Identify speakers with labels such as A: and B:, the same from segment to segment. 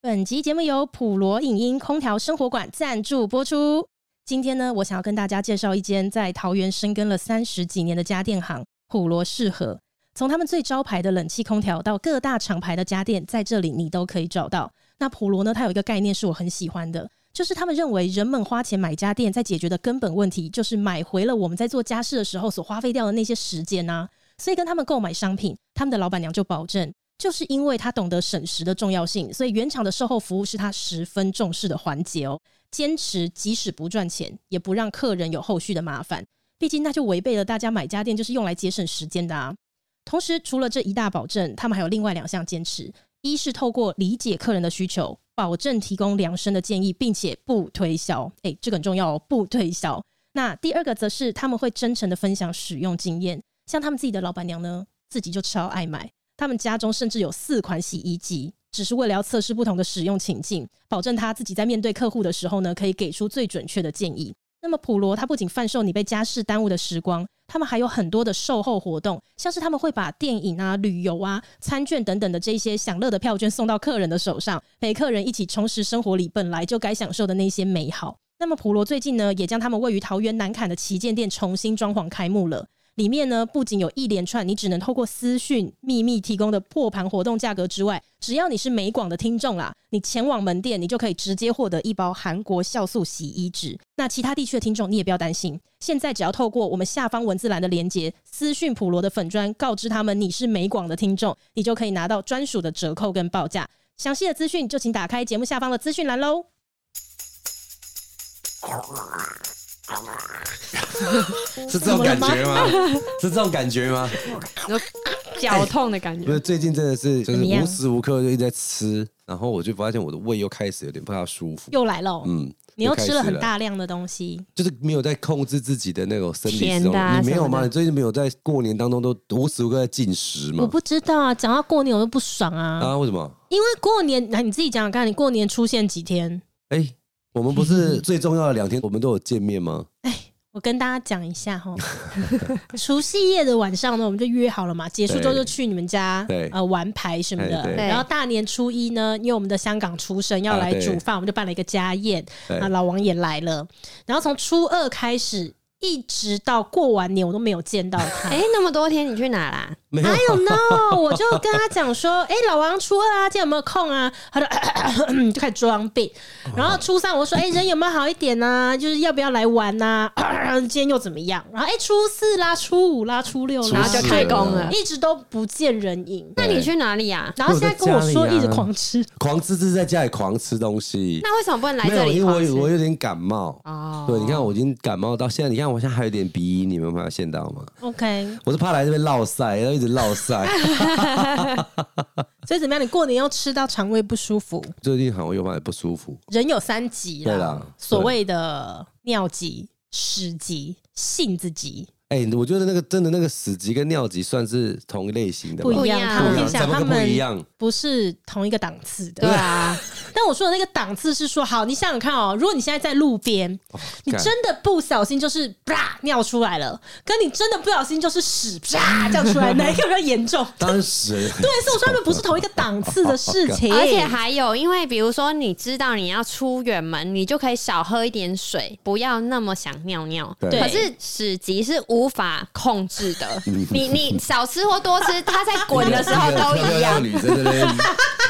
A: 本集节目由普罗影音空调生活馆赞助播出。今天呢，我想要跟大家介绍一间在桃园深耕了三十几年的家电行——普罗适合。从他们最招牌的冷气空调到各大厂牌的家电，在这里你都可以找到。那普罗呢，它有一个概念是我很喜欢的，就是他们认为人们花钱买家电，在解决的根本问题就是买回了我们在做家事的时候所花费掉的那些时间呐、所以跟他们购买商品，他们的老板娘就保证，就是因为他懂得省时的重要性，所以原厂的售后服务是他十分重视的环节哦。坚持即使不赚钱，也不让客人有后续的麻烦，毕竟那就违背了大家买家电就是用来节省时间的啊。同时，除了这一大保证，他们还有另外两项坚持：一是透过理解客人的需求，保证提供量身的建议，并且不推销。诶，这个很重要哦，不推销。那第二个则是他们会真诚的分享使用经验，像他们自己的老板娘呢，自己就超爱买，他们家中甚至有四款洗衣机，只是为了要测试不同的使用情境，保证他自己在面对客户的时候呢，可以给出最准确的建议。那么普罗它不仅贩售你被家事耽误的时光，他们还有很多的售后活动，像是他们会把电影啊、旅游啊、餐券等等的这些享乐的票券送到客人的手上，陪客人一起重拾生活里本来就该享受的那些美好。那么普罗最近呢，也将他们位于桃园南坎的旗舰店重新装潢开幕了。里面呢，不仅有一连串你只能透过私讯秘密提供的破盘活动价格之外，只要你是美广的听众啦，你前往门店，你就可以直接获得一包韩国酵素洗衣纸。那其他地区的听众，你也不要担心，现在只要透过我们下方文字栏的连接私讯普罗的粉砖，告知他们你是美广的听众，你就可以拿到专属的折扣跟报价。详细的资讯就请打开节目下方的资讯栏
B: 嗯
A: 喽。
B: 是这种感觉吗？ 是这种感觉吗？哎
C: 绞痛的感
B: 不
C: 觉。
B: 是，最近真的是就
A: 怎
B: 是
A: 么样
B: 无时无刻就一直在吃，然后我就发现我的胃又开始有点不大舒服。
A: 又来喽，
B: 嗯，
A: 你又
B: 开
A: 吃
B: 始
A: 了很，大量的东西，
B: 就是没有在控制自己的那种生理
C: 甜
B: 时
C: 的
B: 钟。
C: 啊
B: 你没有
C: 什么
B: 吗？
C: 的
B: 你最近没有在过年当中都无时无刻在进食
A: 我
B: 吗？
A: 不知道啊。讲到过年我就不爽啊，
B: 嗯啊，为什么？
A: 因为过年，哎来你自己讲讲看，你过年出现几天？
B: 哎、我们不 是最重要的两天，我们都有见面吗？
A: 我跟大家讲一下 哈，除夕夜的晚上呢，我们就约好了嘛，结束之后就
B: 对
A: 去你们家
B: 对
A: 呃玩牌什么的
B: 哎。对
A: 然后大年初一呢，因为我们的香港出生要
B: 啊
A: 来
B: 对
A: 煮饭，我们就办了一个家宴
B: 对
A: 啊，老王也来了。然后从初二开始，一直到过完年，我都没有见到他。
C: 哎，那么多天你去哪啦？
B: 没有
A: I，don't know，我就跟他讲说，哎、老王初二啊，今天有没有空啊？他就就开始装病。然后初三我说，哎、人有没有好一点呢、啊？就是要不要来玩呐、啊？今天又怎么样？然后哎、初四啦，初五啦，初六啦，
C: 然后就开工了
A: 一直都不见人影。
C: 那你去哪里啊呀？
A: 然后现在啊跟我说一直狂吃，
B: 狂吃是在家里狂吃东西。
C: 那为什么不能来
B: 没
C: 这
B: 有，
C: 里
B: 因
C: 狂
B: 为
C: 吃？
B: 我我有点感冒。
C: 哦
B: 对，你看我已经感冒到现在，你看我现在还有点鼻音，你们有发现到吗？
A: OK，
B: 我是怕来这边落晒，然后一直落晒。
A: 所以怎么样？你过年又吃到肠胃不舒服，
B: 最近好像又有点不舒服。
A: 人有三急
B: 对
A: 啦
B: 啦，
A: 所谓的尿急、屎急、性子急，
B: 哎、我觉得那个真的那个死级跟尿级算是同一类型的吧，
A: 不一
C: 一
A: 样。
C: 样
A: 他们跟你
B: 怎
A: 讲，
B: 么
A: 他
B: 个不
A: 们
B: 一样？
A: 不是同一个档次的
C: 对。啊，
A: 但我说的那个档次是说，好，你想想看哦，如果你现在在路边，你
B: 哦干
A: 真的不小心就是啪尿出来了，跟你真的不小心就是屎 啪这样出来，哪一个比较严重？
B: 当时
A: 对，所以我说他们不是同一个档次的
B: 哦
A: 事情，
C: 而且还有，因为比如说你知道你要出远门，你就可以少喝一点水，不要那么想尿尿。
B: 对
C: 可是屎急是无法控制 的，你你少吃或多吃，它在滚的时 候都一样。
B: 女生在那边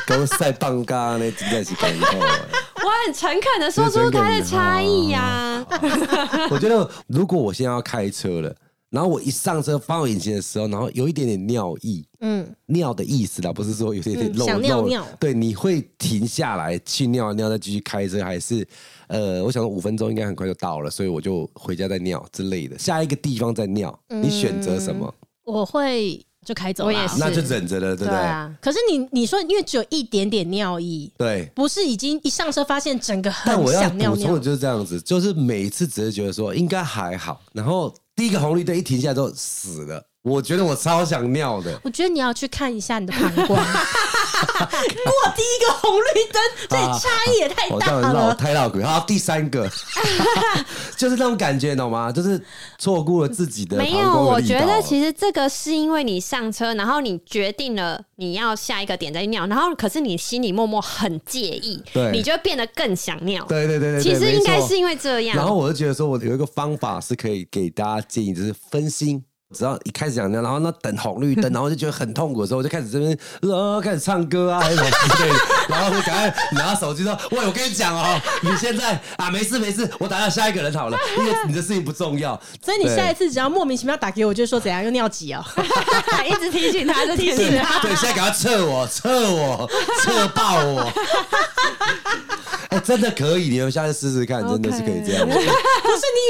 B: 跟我晒棒嘎呢，真的是感动。
C: 我很诚恳的说出它的差异呀、
B: 哦 我觉得如果我现在要开车了，然后我一上车放我引擎的时候，然后有一点点尿意，
A: 嗯，
B: 尿的意思啦，不是说有点点
A: 嗯
B: 漏、
A: 想尿
B: 漏
A: 尿
B: 对，你会停下来去尿尿，再继续开车，还是呃，我想说五分钟应该很快就到了，所以我就回家再尿之类的，下一个地方再尿，
A: 嗯
B: 你选择什么，
A: 我会就开走
C: 我也
A: 了。
C: 是
B: 那就忍着了，对不对？
C: 啊，
A: 可是你你说，因为只有一点点尿意，
B: 对。
A: 不是已经一上车发现整个很
B: 但我要
A: 想尿
B: 补充
A: 尿
B: 的，就是这样子，就是每一次只是觉得说应该还好，然后第一个红绿灯一停下来之后死了，我觉得我超想尿的。
A: 我觉得你要去看一下你的膀胱。过第一个红绿灯，这
B: 啊
A: 差异也
C: 哎
A: 太
B: 我
A: 大
B: 当然绕
A: 了。
B: 太绕鬼。好，第三 个 就是那种感觉，你懂吗？就是错过了自己的
C: 没
B: 膀
C: 有，
B: 胱的
C: 我
B: 力
C: 觉
B: 道哦
C: 得
B: 了
C: 其实这个是因为你上车，然后你决定了你要下一个点再尿，然后可是你心里默默很介意，
B: 对
C: 你就会变得更想尿。
B: 对对对对，对
C: 其实
B: 没
C: 应该
B: 错
C: 是因为这样。
B: 然后我就觉得说，我有一个方法是可以给大家建议，就是分心。只要一开始讲那，然后那等红绿 灯，然后就觉得很痛苦的时候，我就开始这边呃开始唱歌啊，还是什么之类的，然后就赶快拿手机说：“喂，我跟你讲哦，你现在啊没事没事，我打到下一个人好了，因为你的事情不重要。”
A: 所以你下一
B: 次
A: 次只要莫名其妙打给我，就说怎样又尿急 哦。
C: 一直提醒他这件
B: 对
C: 事。
B: 对，现在赶快撤我，撤我，撤爆我！哎，真的可以，你们下次试试看，真的是可以这样。
A: 不是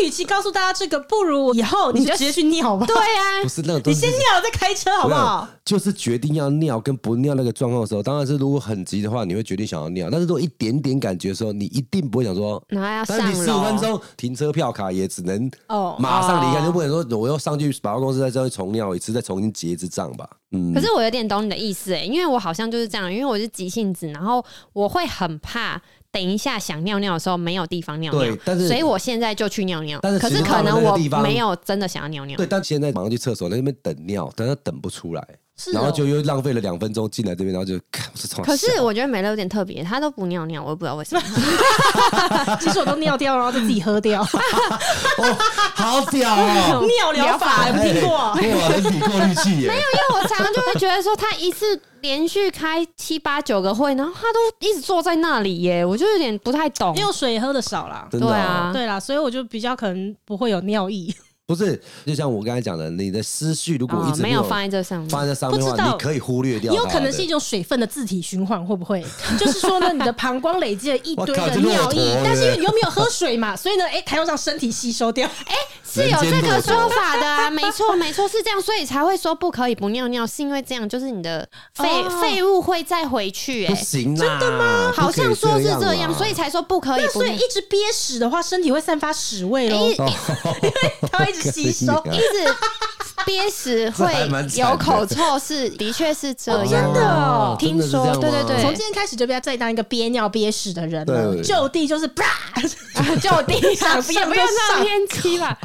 A: 你，与其告诉大家这个，不如以后你就直接去尿吧。
C: 对啊
B: 不，是那种东
A: 你
B: 西
A: 先
B: 是
A: 尿再开车好不好？
B: 就是决定要尿跟不尿那个状况的时候，当然是如果很急的话，你会决定想要尿；但是如果一点点感觉的时候，你一定不会想说。
C: 然后要
B: 但是
C: 上
B: 你十五
C: 楼。
B: 分钟停车票卡也只能
A: 哦
B: 马上离开，
C: 哦
B: 就不能说我又上去百货公司再上去重尿一次，再重新结一次账吧。嗯，
C: 可是我有点懂你的意思哎、因为我好像就是这样，因为我是急性子，然后我会很怕等一下想尿尿的时候没有地方尿尿
B: 对，但是
C: 所以我现在就去尿尿。
B: 但是
C: 可
B: 其
C: 是
B: 实
C: 可
B: 到
C: 能
B: 了那
C: 我
B: 个地方
C: 没有真的想要尿尿
B: 对，，但现在马上去厕所，在那边等尿，但他等不出来，
A: 是哦
B: 然后就又浪费了两分钟进来这边，然后就看我这从
C: 可是我觉得美乐有点特别，她都不尿尿，我也不知道为什么。
A: 其实我都尿掉，然后再自己喝掉。
B: 哦，好屌哦！
A: 尿疗法有没有听过？
B: 哎 哇，很抵过滤器耶！
C: 因为我常常就会觉得说，她一次连续开七八九个会，然后她都一直坐在那里耶，我就有点不太懂
A: 因。为我水也喝的少啦。
B: 真的哦
C: 对啊
A: 对啦，所以我就比较可能不会有尿意。
B: 不是，就像我刚才讲的，你的思绪如果一
C: 哦，
B: 直
C: 没
B: 没有
C: 放在这上面，
B: 放在上面的
A: 不知
B: 话，
A: 道
B: 你可以忽略掉
A: 也
B: 它的。
A: 有可能是一种水分的自体循环，会不会？ 就是说呢，你的膀胱累积了一堆的尿
B: 我靠这骆
A: 液
B: 驼，
A: 但是因为你又没有喝水嘛，所以呢，哎、它要让身体吸收掉。哎
C: 是有这个说法的啊，没错没错是这样，所以才会说不可以不尿尿，是因为这样就是你的废
A: 哦
C: 废、物会再回去、
B: 不
C: 哎，
B: 行啦，真的吗
C: 好像说是这样，啊所以
B: 才
C: 才说不可以
A: 那
C: 不
A: 所
C: 尿
A: 以。一直憋屎的话，身体会散发屎味喽
C: 哎，
A: 因为它会一 直吸收。
C: 一直憋屎
B: 这
C: 会
B: 还蛮惨的
C: 有口臭是，的确是这样，
A: 真的哦
C: 听说对对对
A: 从今天开始就不要再当一个憋尿憋屎的人了，
B: 对
A: 就地就是啪，
C: 就地
A: 上
C: 上， 也不要上天啊梯吧。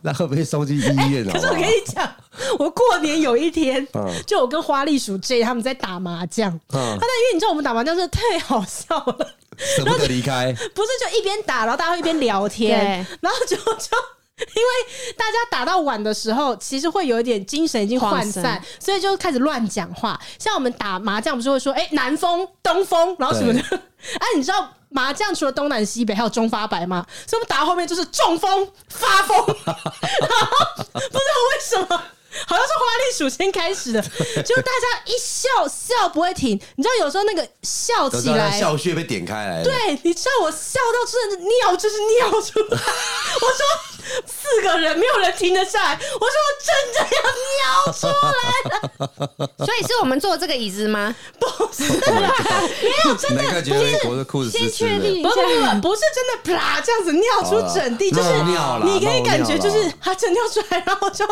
B: 那会不会送去医院
A: 哎
B: 啊？
A: 可是我跟你讲，我过年有一天
B: 嗯，
A: 就我跟花栗鼠 J 他们在打麻将，他
B: 嗯
A: 那因为你知道我们打麻将真的太好笑了，
B: 舍不得离开，
A: 不是就一边打，然后大家会一边聊天，然后就就。因为大家打到晚的时候，其实会有一点精神已经涣散
C: 涣，
A: 所以就开始乱讲话。像我们打麻将，不是会说“哎、南风、东风”，然后什么的。 哎、你知道麻将除了东南西北，还有中发白吗？所以我们打到后面就是中风、发疯， 然后不知道为什么。好像是花栗鼠先开始的，就大家一笑笑不会停，你知道有时候那个笑
B: 有
A: 起
B: 时候他
A: 来，
B: 笑穴被点开来了。
A: 对，啊你知道我笑到真的是尿就是尿出 来。我说四个人没有人停得下来，我说我真的要尿出来了，
C: 所以是我们坐这个椅子吗？
A: 不 是啦，没有真的
B: 难怪觉得我的裤子湿湿的。
A: 不不不，不是真的啪这样子尿出整地，就是
B: 漏哦尿啦
A: 你可以感觉就
B: 漏
A: 是
B: 尿啦
A: 它真尿出来，然后就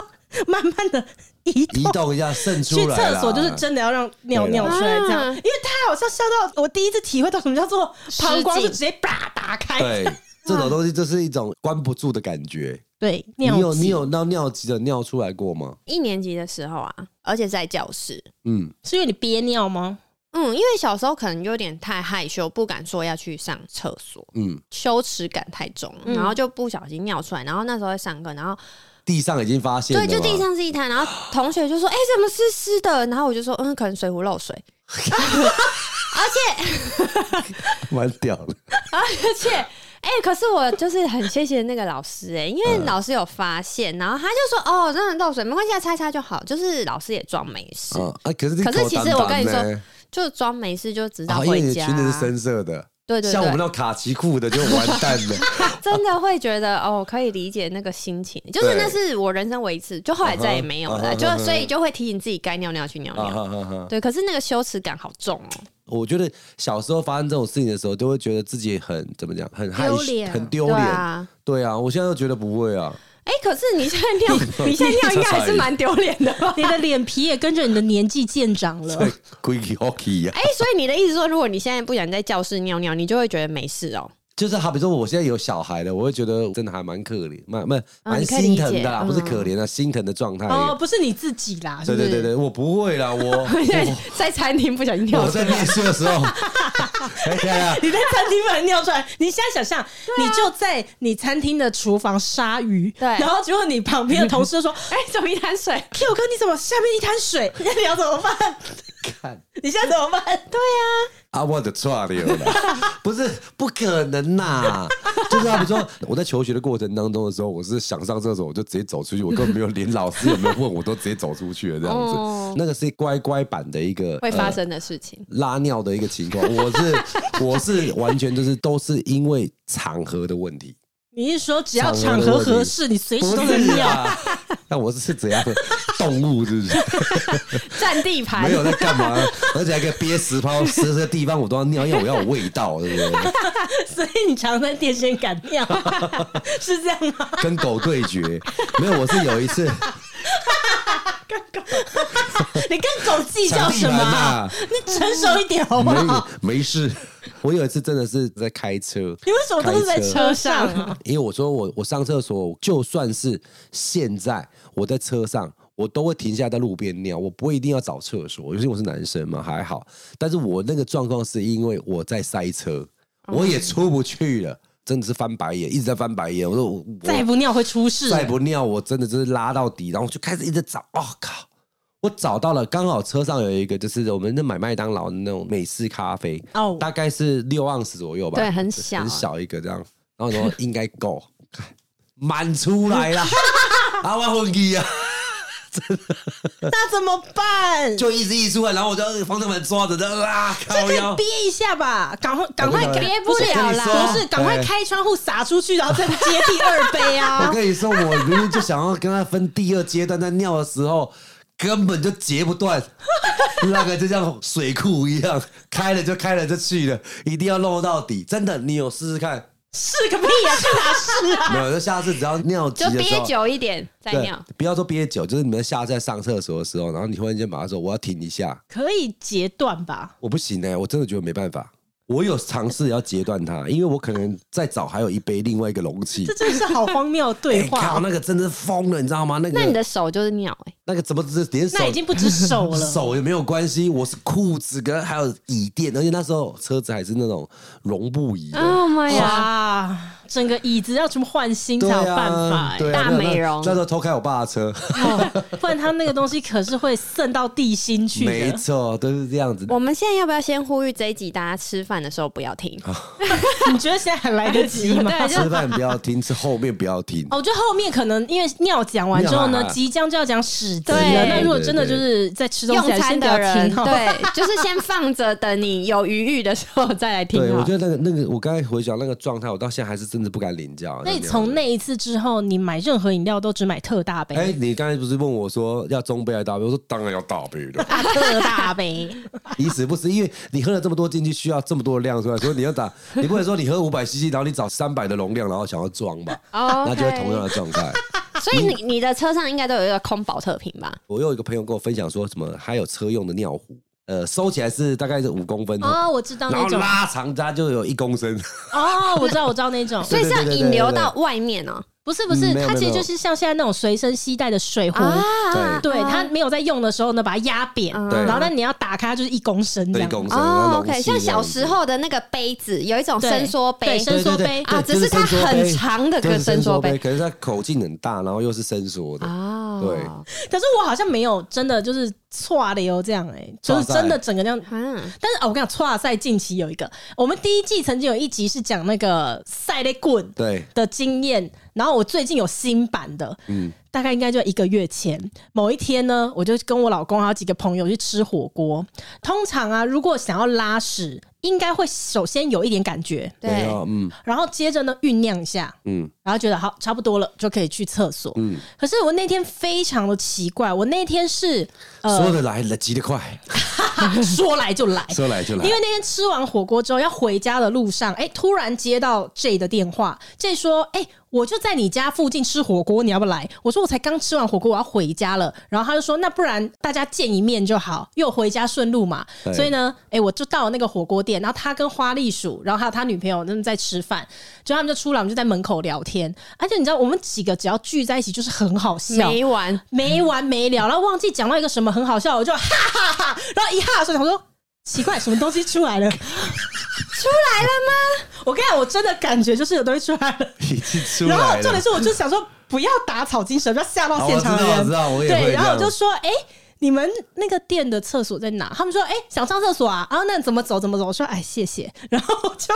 A: 慢慢的移
B: 移
A: 动。
B: 动一下渗出
A: 去
B: 来啦。
A: 厕所就是真的要让尿尿出来，这样，
C: 啊
A: 因为太好笑，笑到我第一次体会到什么叫做膀胱就
C: 失禁
A: 直接啪打开，
C: 哎
B: 对。这种东西就是一种关不住的感觉。
A: 对，
B: 你
A: 尿
B: 有
A: 急
B: 你有到尿急的尿出来过吗？
C: 一年级的时候啊，而且在教室。
B: 嗯，
A: 是因为你憋尿吗？
C: 嗯，因为小时候可能有点太害羞，不敢说要去上厕所，
B: 嗯，
C: 羞耻感太重了，
A: 嗯
C: 然后就不小心尿出来。然后那时候在上课，然后
B: 地上已经发现了
C: 对，
B: 嘛。
C: 就 地上是一滩，然后同学就说：“哎、怎么湿湿的？”然后我就说：“嗯，可能水壶漏水。”而且
B: 蛮屌的。
C: 而且，哎、可是我就是很谢谢那个老师哎、因
B: 嗯
C: 为老师有发现，然后他就说：“哦，真的漏水，没关系，啊，擦一擦就好。”就是老师也装没事，
B: 啊啊！可是
C: 可是
B: 口
C: 其实
B: 淡
C: 我跟
B: 淡
C: 你说
B: 呢
C: 就装没事，就直到
B: 啊，因为
C: 回
B: 你
C: 家。
B: 裙子是深色的，
C: 对对
B: 像我
C: 对
B: 们那，种卡其裤的就完蛋 了。
C: 真的会觉得哦，可以理解那个心情，就是
B: 对
C: 那是我人生唯一一次，就后来再也没有
B: 啊哈
C: 了，就所以就会提醒自己该尿尿去尿
B: 啊
C: 尿。
B: 哈哈哈！
C: 对，可是那个羞耻感好重哦、
B: 我觉得小时候发生这种事情的时候，都会觉得自己很怎么讲，很害
A: 丢
B: 羞，
A: 脸
B: 很丢
C: 对
B: 脸。
C: 啊，
B: 对啊，我现在都觉得不会啊。
C: 哎、可是你现 在尿，你现在尿应该还是蛮丢脸的吧？
A: 你的脸皮也跟着你的年纪渐长了。
B: q u i c k hockey 呀、
C: 哎、所以你的意思说，如果你现在不想在教室尿尿，你就会觉得没事哦、
B: 就是好比说，我现在有小孩了，我会觉得真的还蛮可怜，蛮蛮
C: 啊
B: 蛮
C: 你可以
B: 心疼的啦，
C: 理解
B: 不是可怜啊，心疼的状态。
A: 哦，不是你自己啦，
B: 对对对对，我不会 啦，我
C: 在
B: 我
C: 在餐厅不小心尿
B: 嗯 我在
C: 出来，
B: 念书的时候， 哎对啊，
A: 你在餐厅把它尿出来，你现在想象，你就在你餐厅的厨房杀鱼，
C: 对
A: 然后结果你旁边的同事就说
C: 哎、怎么一滩水？
A: ：“Q 哥，你怎么下面一滩水？ 那你要怎么办？
B: 看
A: 你现在怎么办？”对，
B: 啊，我的错了啦，不是不可能 呐，就是啊好比说，我在求学的过程当中的时候，我是想上厕所我就直接走出去，我根本没有连老师有没有问我都直接走出去了这样
C: 哦
B: 子，那个是乖乖版的一个
C: 会发
B: 呃
C: 生的事情。
B: 拉尿的一个情况，我是我是完全就是都是因为场合的问题，
A: 你是说只要场合合适，你随时都能
B: 是
A: 尿？
B: 啊？那我是是怎样 的动物是不是？
C: 占地盘
B: 没，有在干嘛？而且还可以憋十泡十个地方我都要尿，因为我要有味道，对不对？
A: 所以你常在电线杆尿， 是这样吗？
B: 跟狗对决，没有，我是有一次
A: 你跟狗计较
B: 抢地
A: 什
B: 盘
A: 么啊？
B: 呐，
A: 你成熟一点好不 好？
B: 没没事。我有一次真的是在开车，
A: 你为什么都是在
B: 开车
A: 车上啊？
B: 因为我说我我上厕所，就算是现在我在车上，我都会停下来在路边尿，我不会一定要找厕所，尤其我是男生嘛，还好。但是我那个状况是因为我在塞车，我也出不去了，真的是翻白眼，一直在翻白眼。我说我我
A: 再不尿会出事。
B: 再不尿，我真的就是拉到底，然后就开始一直找，哦靠！我找到了，刚好车上有一个，就是我们那买麦当劳的那种美式咖啡，
A: 哦
B: 大概是六盎司左右吧，
C: 对很小啊
B: 很小一个这样。然后说应该够，满出来 了，啊，我昏机啊，
A: 那怎么办？
B: 就一直溢出来，然后我就方向盘抓着的啊，靠
A: 可以
B: 腰，
A: 憋一下吧，赶快赶快
B: 我
A: 赶
B: 跟你
C: 憋不
B: 我
C: 了啦
B: 跟你说
A: 不是赶快
B: 对
A: 开窗户洒出去，然后再接第 二杯
B: 我
A: 啊！
B: 跟你说，我明明就想要跟他分第二阶段，在尿的时候根本就截不断，那个就像水库一样，开了就开了就去了，一定要弄到底。真的，你有试试看？
A: 是个屁呀、啊，是哪是啊？
B: 没有，就下次只要尿急
C: 就
B: 的时候，
C: 憋久一点再
B: 对
C: 尿。，
B: 不要说憋久，就是你们下次在上厕所的时候，然后你忽然间马上说我要停一下，
A: 可以截断吧？
B: 我不行哎、我真的觉得没办法。我有尝试要截断它，因为我可能再找还有一杯另外一个容器
A: 这。真是好荒谬的对
B: 哎
A: 话
B: 靠，
A: 哦、
B: 那个真的是疯了，你知道吗？那个
C: 那你的手就是尿哎、
B: 那个怎么只是连手
A: 那已经不止手了，
B: 手也没有关系，我是裤子跟还有椅垫，而且那时候车子还是那种绒布椅的。
C: Oh my god！
A: 哇，哎
B: 啊
A: 整个椅子要全部换新才
B: 对
A: 有
B: 啊，
A: 办法、欸
B: 对啊
C: 大
B: 那那
C: 美容
B: 那时候偷开我爸的车，啊
A: 哦不然他那个东西可是会渗到地心去
B: 没
A: 的。
B: 错，都是这样子。
C: 我们现在要不要先呼吁这一集大家吃饭的时候不要听？
A: 你觉得现在还来得及 吗？
C: 对，就
B: 吃饭不要听，吃后面不要 听。
A: 哦，我觉得后面可能因为尿讲完之后呢
B: 尿，啊
A: 即将就要讲屎滴了。
C: 对
A: 那如果真的就是在吃东西，
C: 用
A: 还
C: 餐
A: 先不要
C: 的人
A: 听哦。
C: 对，就是先放着，等你有余裕的时候再来听啊
B: 对，
C: 好
B: 我
C: 了。
B: 觉得那个那个，我刚才回想那个状态，我到现在还是真的不敢领教。
A: 那你
B: 个
A: 从那一次之后，你买任何饮料都只买特大杯，
B: 哎，你刚才不是问我说要中杯还是大杯？我说当然要大杯了，
A: 大啊特大杯，
B: 以此不是因为你喝了这么多进去，需要这么多的量出来，所以你要打，你不能说你喝五百 CC，然后你找三百的容量，然后想要装吧，
C: 哦
B: 那就会同样的状 态。
C: 所以你你的车上应该都有一个空保特瓶吧？
B: 我有一个朋友跟我分享说，什么还有车用的尿壶，呃，收起来是大概是五公分，
A: 哦，我知道
B: 然
A: 那
B: 后
A: 种，
B: 拉长它就有一公升。
A: 哦，我知道，我知道那 种，
C: 所以是要
B: 对对对对
C: 引流到外面哦、
A: 不是不是
B: 嗯没，有
A: 它其
B: 没
A: 实
B: 有
A: 就是像现在那种随身携带的水壶。
C: 啊，
A: 对它没有在用的时候呢，把它压扁，
B: 对
A: 然后但你要打开，它就是一公升这
B: 对，一
A: 样。
B: 公升。然
C: 哦
B: 后容器
C: ，OK，像小时候的那个杯子，有一种
A: 对
C: 伸缩
A: 对
C: 杯，
A: 伸缩杯
B: 对
C: 啊
B: 对
C: 只是
B: 就是
C: 它
B: 伸缩杯
C: 很长的
B: 这
C: 个
B: 是
C: 伸
B: 伸
C: 缩
B: 缩
C: 杯
B: 可是它口径很大，然后又是伸缩的。
C: 啊
B: 对
A: 可是我好像没有真的就是错的哟，这样哎、就是
B: 错塞
A: 真的整个这样
C: 嗯，
A: 但是哦，我跟你讲，哇赛近期有一个，我们第一季曾经有一集是讲那个赛雷棍
B: 对，
A: 的经验，然后我最近有新版的，嗯，大概应该就一个月前，某一天呢，我就跟我老公还有几个朋友去吃火锅。通常啊，如果想要拉屎，应该会首先有一点感觉，
B: 然
C: 对，
B: 后嗯
A: 然后接着呢酝酿一下，
B: 嗯，
A: 然后觉得好差不多了，就可以去厕所。嗯，可是我那天非常的奇怪，我那天是
B: 说
A: 呃
B: 得来，急得快，
A: 说来就来，
B: 说来就来
A: 因。为那天吃完火锅之后要回家的路上，哎、突然接到 J 的电话，J 说：“哎、我就在你家附近吃火锅，你要不要来？我说我才刚吃完火锅，我要回家了。然后他就说，那不然大家见一面就好，又回家顺路嘛。
B: 对
A: 所以呢，哎、我就到了那个火锅店，然后他跟花栗鼠，然后还有他女朋友他们在吃饭，就他们就出来，我们就在门口聊天。而且你知道，我们几个只要聚在一起，就是很好笑。
C: 没完，
A: 没完没了，然后忘记讲到一个什么很好笑，我就哈哈哈然后一哈的时候，想说奇怪，什么东西出来了？出来了吗？我跟你讲，我真的感觉就是有东西出来了。
B: 已经出
A: 然后
B: 来
A: 重
B: 了
A: 点。是，我就想说不要打草惊蛇，不要吓到现场的
B: 哦我
A: 人。
B: 知道我知道我也会
A: 对，然后我
B: 这样
A: 就说，哎、你们那个店的厕所在哪？他们说，哎、想上厕所啊？啊，那怎么走？怎么走？我说，哎，谢谢。然后我就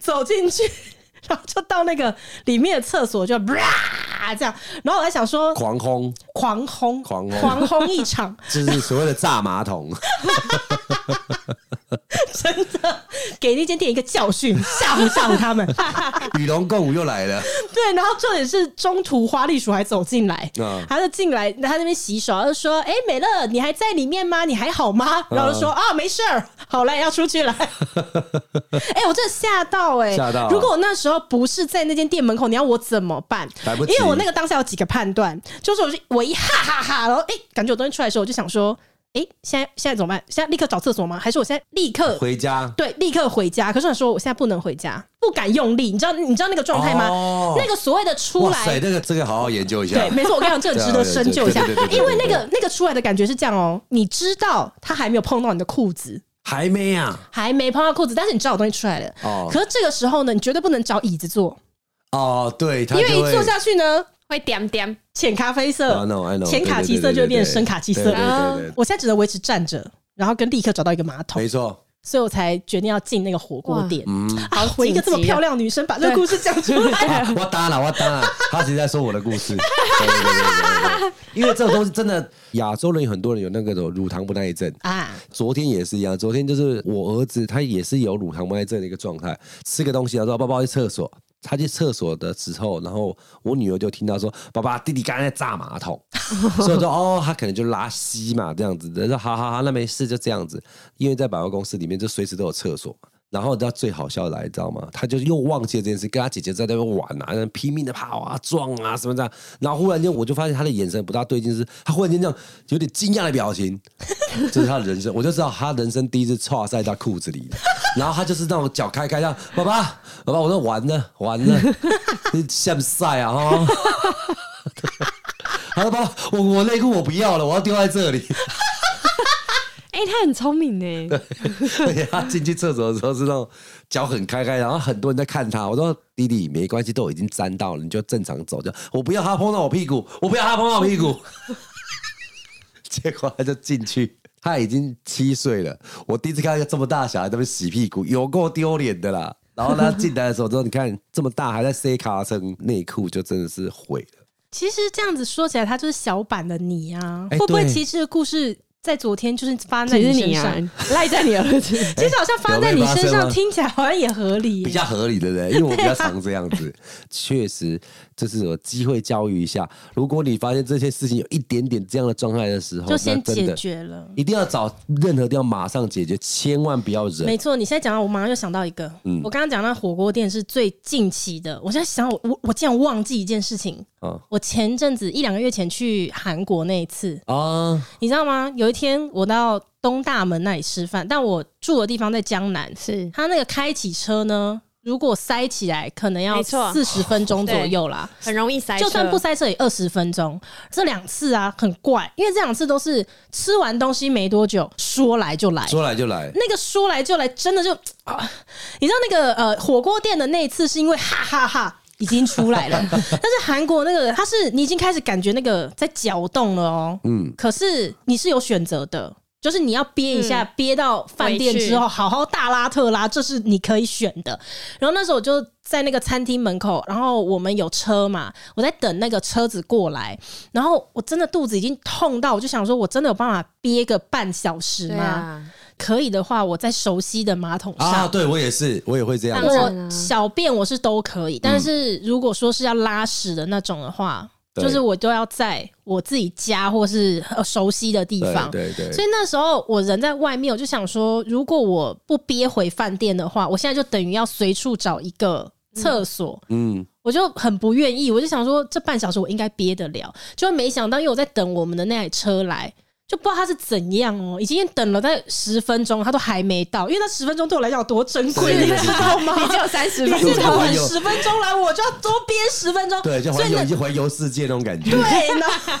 A: 走进去， 然后就到那个里面的厕所，就啪这样。然后我还想说，
B: 狂轰，
A: 狂轰，
B: 狂轰
A: 轰一 场，
B: 就是所谓的炸马桶，
A: 真的给那间店一个教训，吓唬吓唬他 们。
B: 与龙共舞又来了。
A: 对，然后重点是中途花栗鼠还走进来，
B: 嗯
A: 他就进来，他在那边洗手，他就说：“哎、美乐，你还在里面吗？你还好吗？”
B: 嗯
A: 然后就说：“啊，没事儿，好了，要出去了。” 哎、我真的吓到哎、
B: 吓到啊
A: 如果我那时候不是在那间店门口，你要我怎么办？
B: 来不及
A: 因为我那个当下有几个判断，就是我就我一哈哈哈，然后哎、感觉有东西出来的时候，我就想说。哎、现在现在怎么办？现在立刻找厕所吗？还是我现在立刻
B: 回家，
A: 对，立刻回家。可是我说我现在不能回家，不敢用力，你知道你知道那个状态吗？
B: 哦
A: 那个所谓的出
B: 哇塞，
A: 来，
B: 那个这个好好研究一下
A: 对，。没错，我跟你讲，这个值得深究一下
B: 对对对对，对对
A: 因为那个那个出来的感觉是这样哦，你知道他还没有碰到你的裤子。
B: 还没啊？
A: 还没碰到裤子，但是你知道有东西出来了。
B: 哦
A: 可是这个时候呢，你绝对不能找椅子坐，
B: 哦，对，他
A: 因为
B: 就
A: 一
B: 会
A: 坐下去呢，
C: 会点点，
A: 浅咖啡色
B: 啊 I know, I know，
A: 浅卡其色
B: 对对对
A: 就会变成
B: 对对
A: 深卡其
B: 对
A: 色
B: 对。对对对
A: 我现在只能维持站着，然后跟立刻找到一个马桶
B: 没， 错，
A: 所以我才决定要进那个火锅
C: 哇
A: 店。
B: 嗯，
A: 好，我一个这么
C: 紧急啊
A: 漂亮的女生把这个故事讲出 来，
B: 啊我当然，我 当然，他其实在说我的故事。对对对对对对对 因为这个东西真的，亚洲人有很多人有那个什么乳糖不耐症。
A: 啊，
B: 昨天也是一样，昨天就是我儿子，他也是有乳糖不耐症的一个状态，吃个东西，然后说爸爸我去厕所，他去厕所的时候，然后我女儿就听到说爸爸弟弟刚才在炸马桶， 所以我说哦，他可能就拉稀嘛这样子的，说好好好，那没事就这样子，因为在百货公司里面就随时都有厕所嘛。然后你知道最好笑的来，你知道吗？他就又忘记了这件事，跟他姐姐在那边玩啊，那拼命的跑啊、撞啊什么这样。然后忽然间，我就发现他的眼神不大对劲，是他忽然间这样有点惊讶的表情， 这是他的人生，我就知道他人生第一次跨塞到裤子里了。然后他就是那种脚开开这样，爸爸，爸爸，我说完了完 了，你下不晒啊哈。他说：“爸爸，我我内裤我不要了，我要丢在这里。
C: 哎、他很聪明呢，
B: 而且他进去厕所的时候是那种脚很开开，然后很多人在看他。我说：“弟弟，没关系，都已经沾到了，你就正常走。就我不要他碰到我屁股，我不要他碰到我屁股。” 结果他就进去，他已经七岁了。我第一次看到一个这么大小孩在那边洗屁股，有够丢脸的啦。然后他进来的时候，之后你看这么大还在塞卡称内裤，就真的是毁 了。
A: 其实这样子说起来，他就是小版的你啊，
B: 哎
A: 会不会
B: 对
A: 其实故事在昨天就是发生在
C: 其实
A: 你身
C: 你
A: 上
C: 啊？，赖在你儿子，
A: 其实好像发生在你身
B: 有被发生
A: 上，
B: 吗
A: 听起来好像也合理耶。
B: 比较合理，对不对？因为我比较常这样子， 确实就是有机会教育一下。如果你发现这些事情有一点点这样的状态的时候，
A: 就
B: 那
A: 先
B: 真
A: 解
B: 的
A: 决了。
B: 一定要找任何地方马上解决，千万不要忍
A: 没。错，你现在讲到，我马上又想到一个。
B: 嗯
A: 我刚刚讲到火锅店是最近期的，我现在想我我我竟然忘记一件事情。
B: 啊
A: 我前阵子一两个月前去韩国那一次，
B: 啊！
A: 你知道吗？有一天我到东大门那里吃饭，但我住的地方在江南，
C: 是
A: 它那个开启车呢，如果塞起来，可能要
C: 没错哦
A: 四十分钟左右啦。
C: 很容易塞车，
A: 就算不塞车也二十分钟，这两次啊很怪，因为这两次都是吃完东西没多久，说来就来，
B: 说来就来，
A: 那个说来就来，真的就，啊、你知道那个呃火锅店的那一次是因为哈哈哈已经出来 了，但是韩国那个它是你已经开始感觉那个在搅动了哦，嗯，可是你是有选择的。就是你要憋一
C: 嗯
A: 下，憋到饭店之后，好好大拉特拉，这是你可以选的。然后那时候我就在那个餐厅门口，然后我们有车嘛，我在等那个车子过来，然后我真的肚子已经痛到，我就想说，我真的有办法憋个半小时
C: 对
A: 吗？
C: 啊，
A: 可以的话，我在熟悉的马桶上。
B: 啊！对我也是，我也会这样
C: 当然
B: 子。
C: 啊
A: 我小便我是都可以，但是如果说是要拉屎的那种的话，
B: 嗯对
A: 就是我都要在我自己家或是呃熟悉的地
B: 对
A: 方。
B: 对对，
A: 所以那时候我人在外面，我就想说，如果我不憋回饭店的话，我现在就等于要随处找一个厕所，
B: 嗯，
A: 我就很不愿意，我就想说这半小时我应该憋得了，就没想到，因为我在等我们的那台车来，就不知道他是怎样哦，已经等了大概十分钟，他都还没到，因为那十分钟对我来讲有多珍贵，
B: 对
A: 你知道吗？
C: 你只有三十
A: 你
C: 分
A: 是
B: 就
A: 他
B: 环
C: 钟，
A: 晚
B: 游
A: 十分钟来，我就要多憋十分钟，
B: 对，就
A: 所
B: 环
A: 以
B: 游
A: 那
B: 一环游世界那种感觉。
A: 对，然后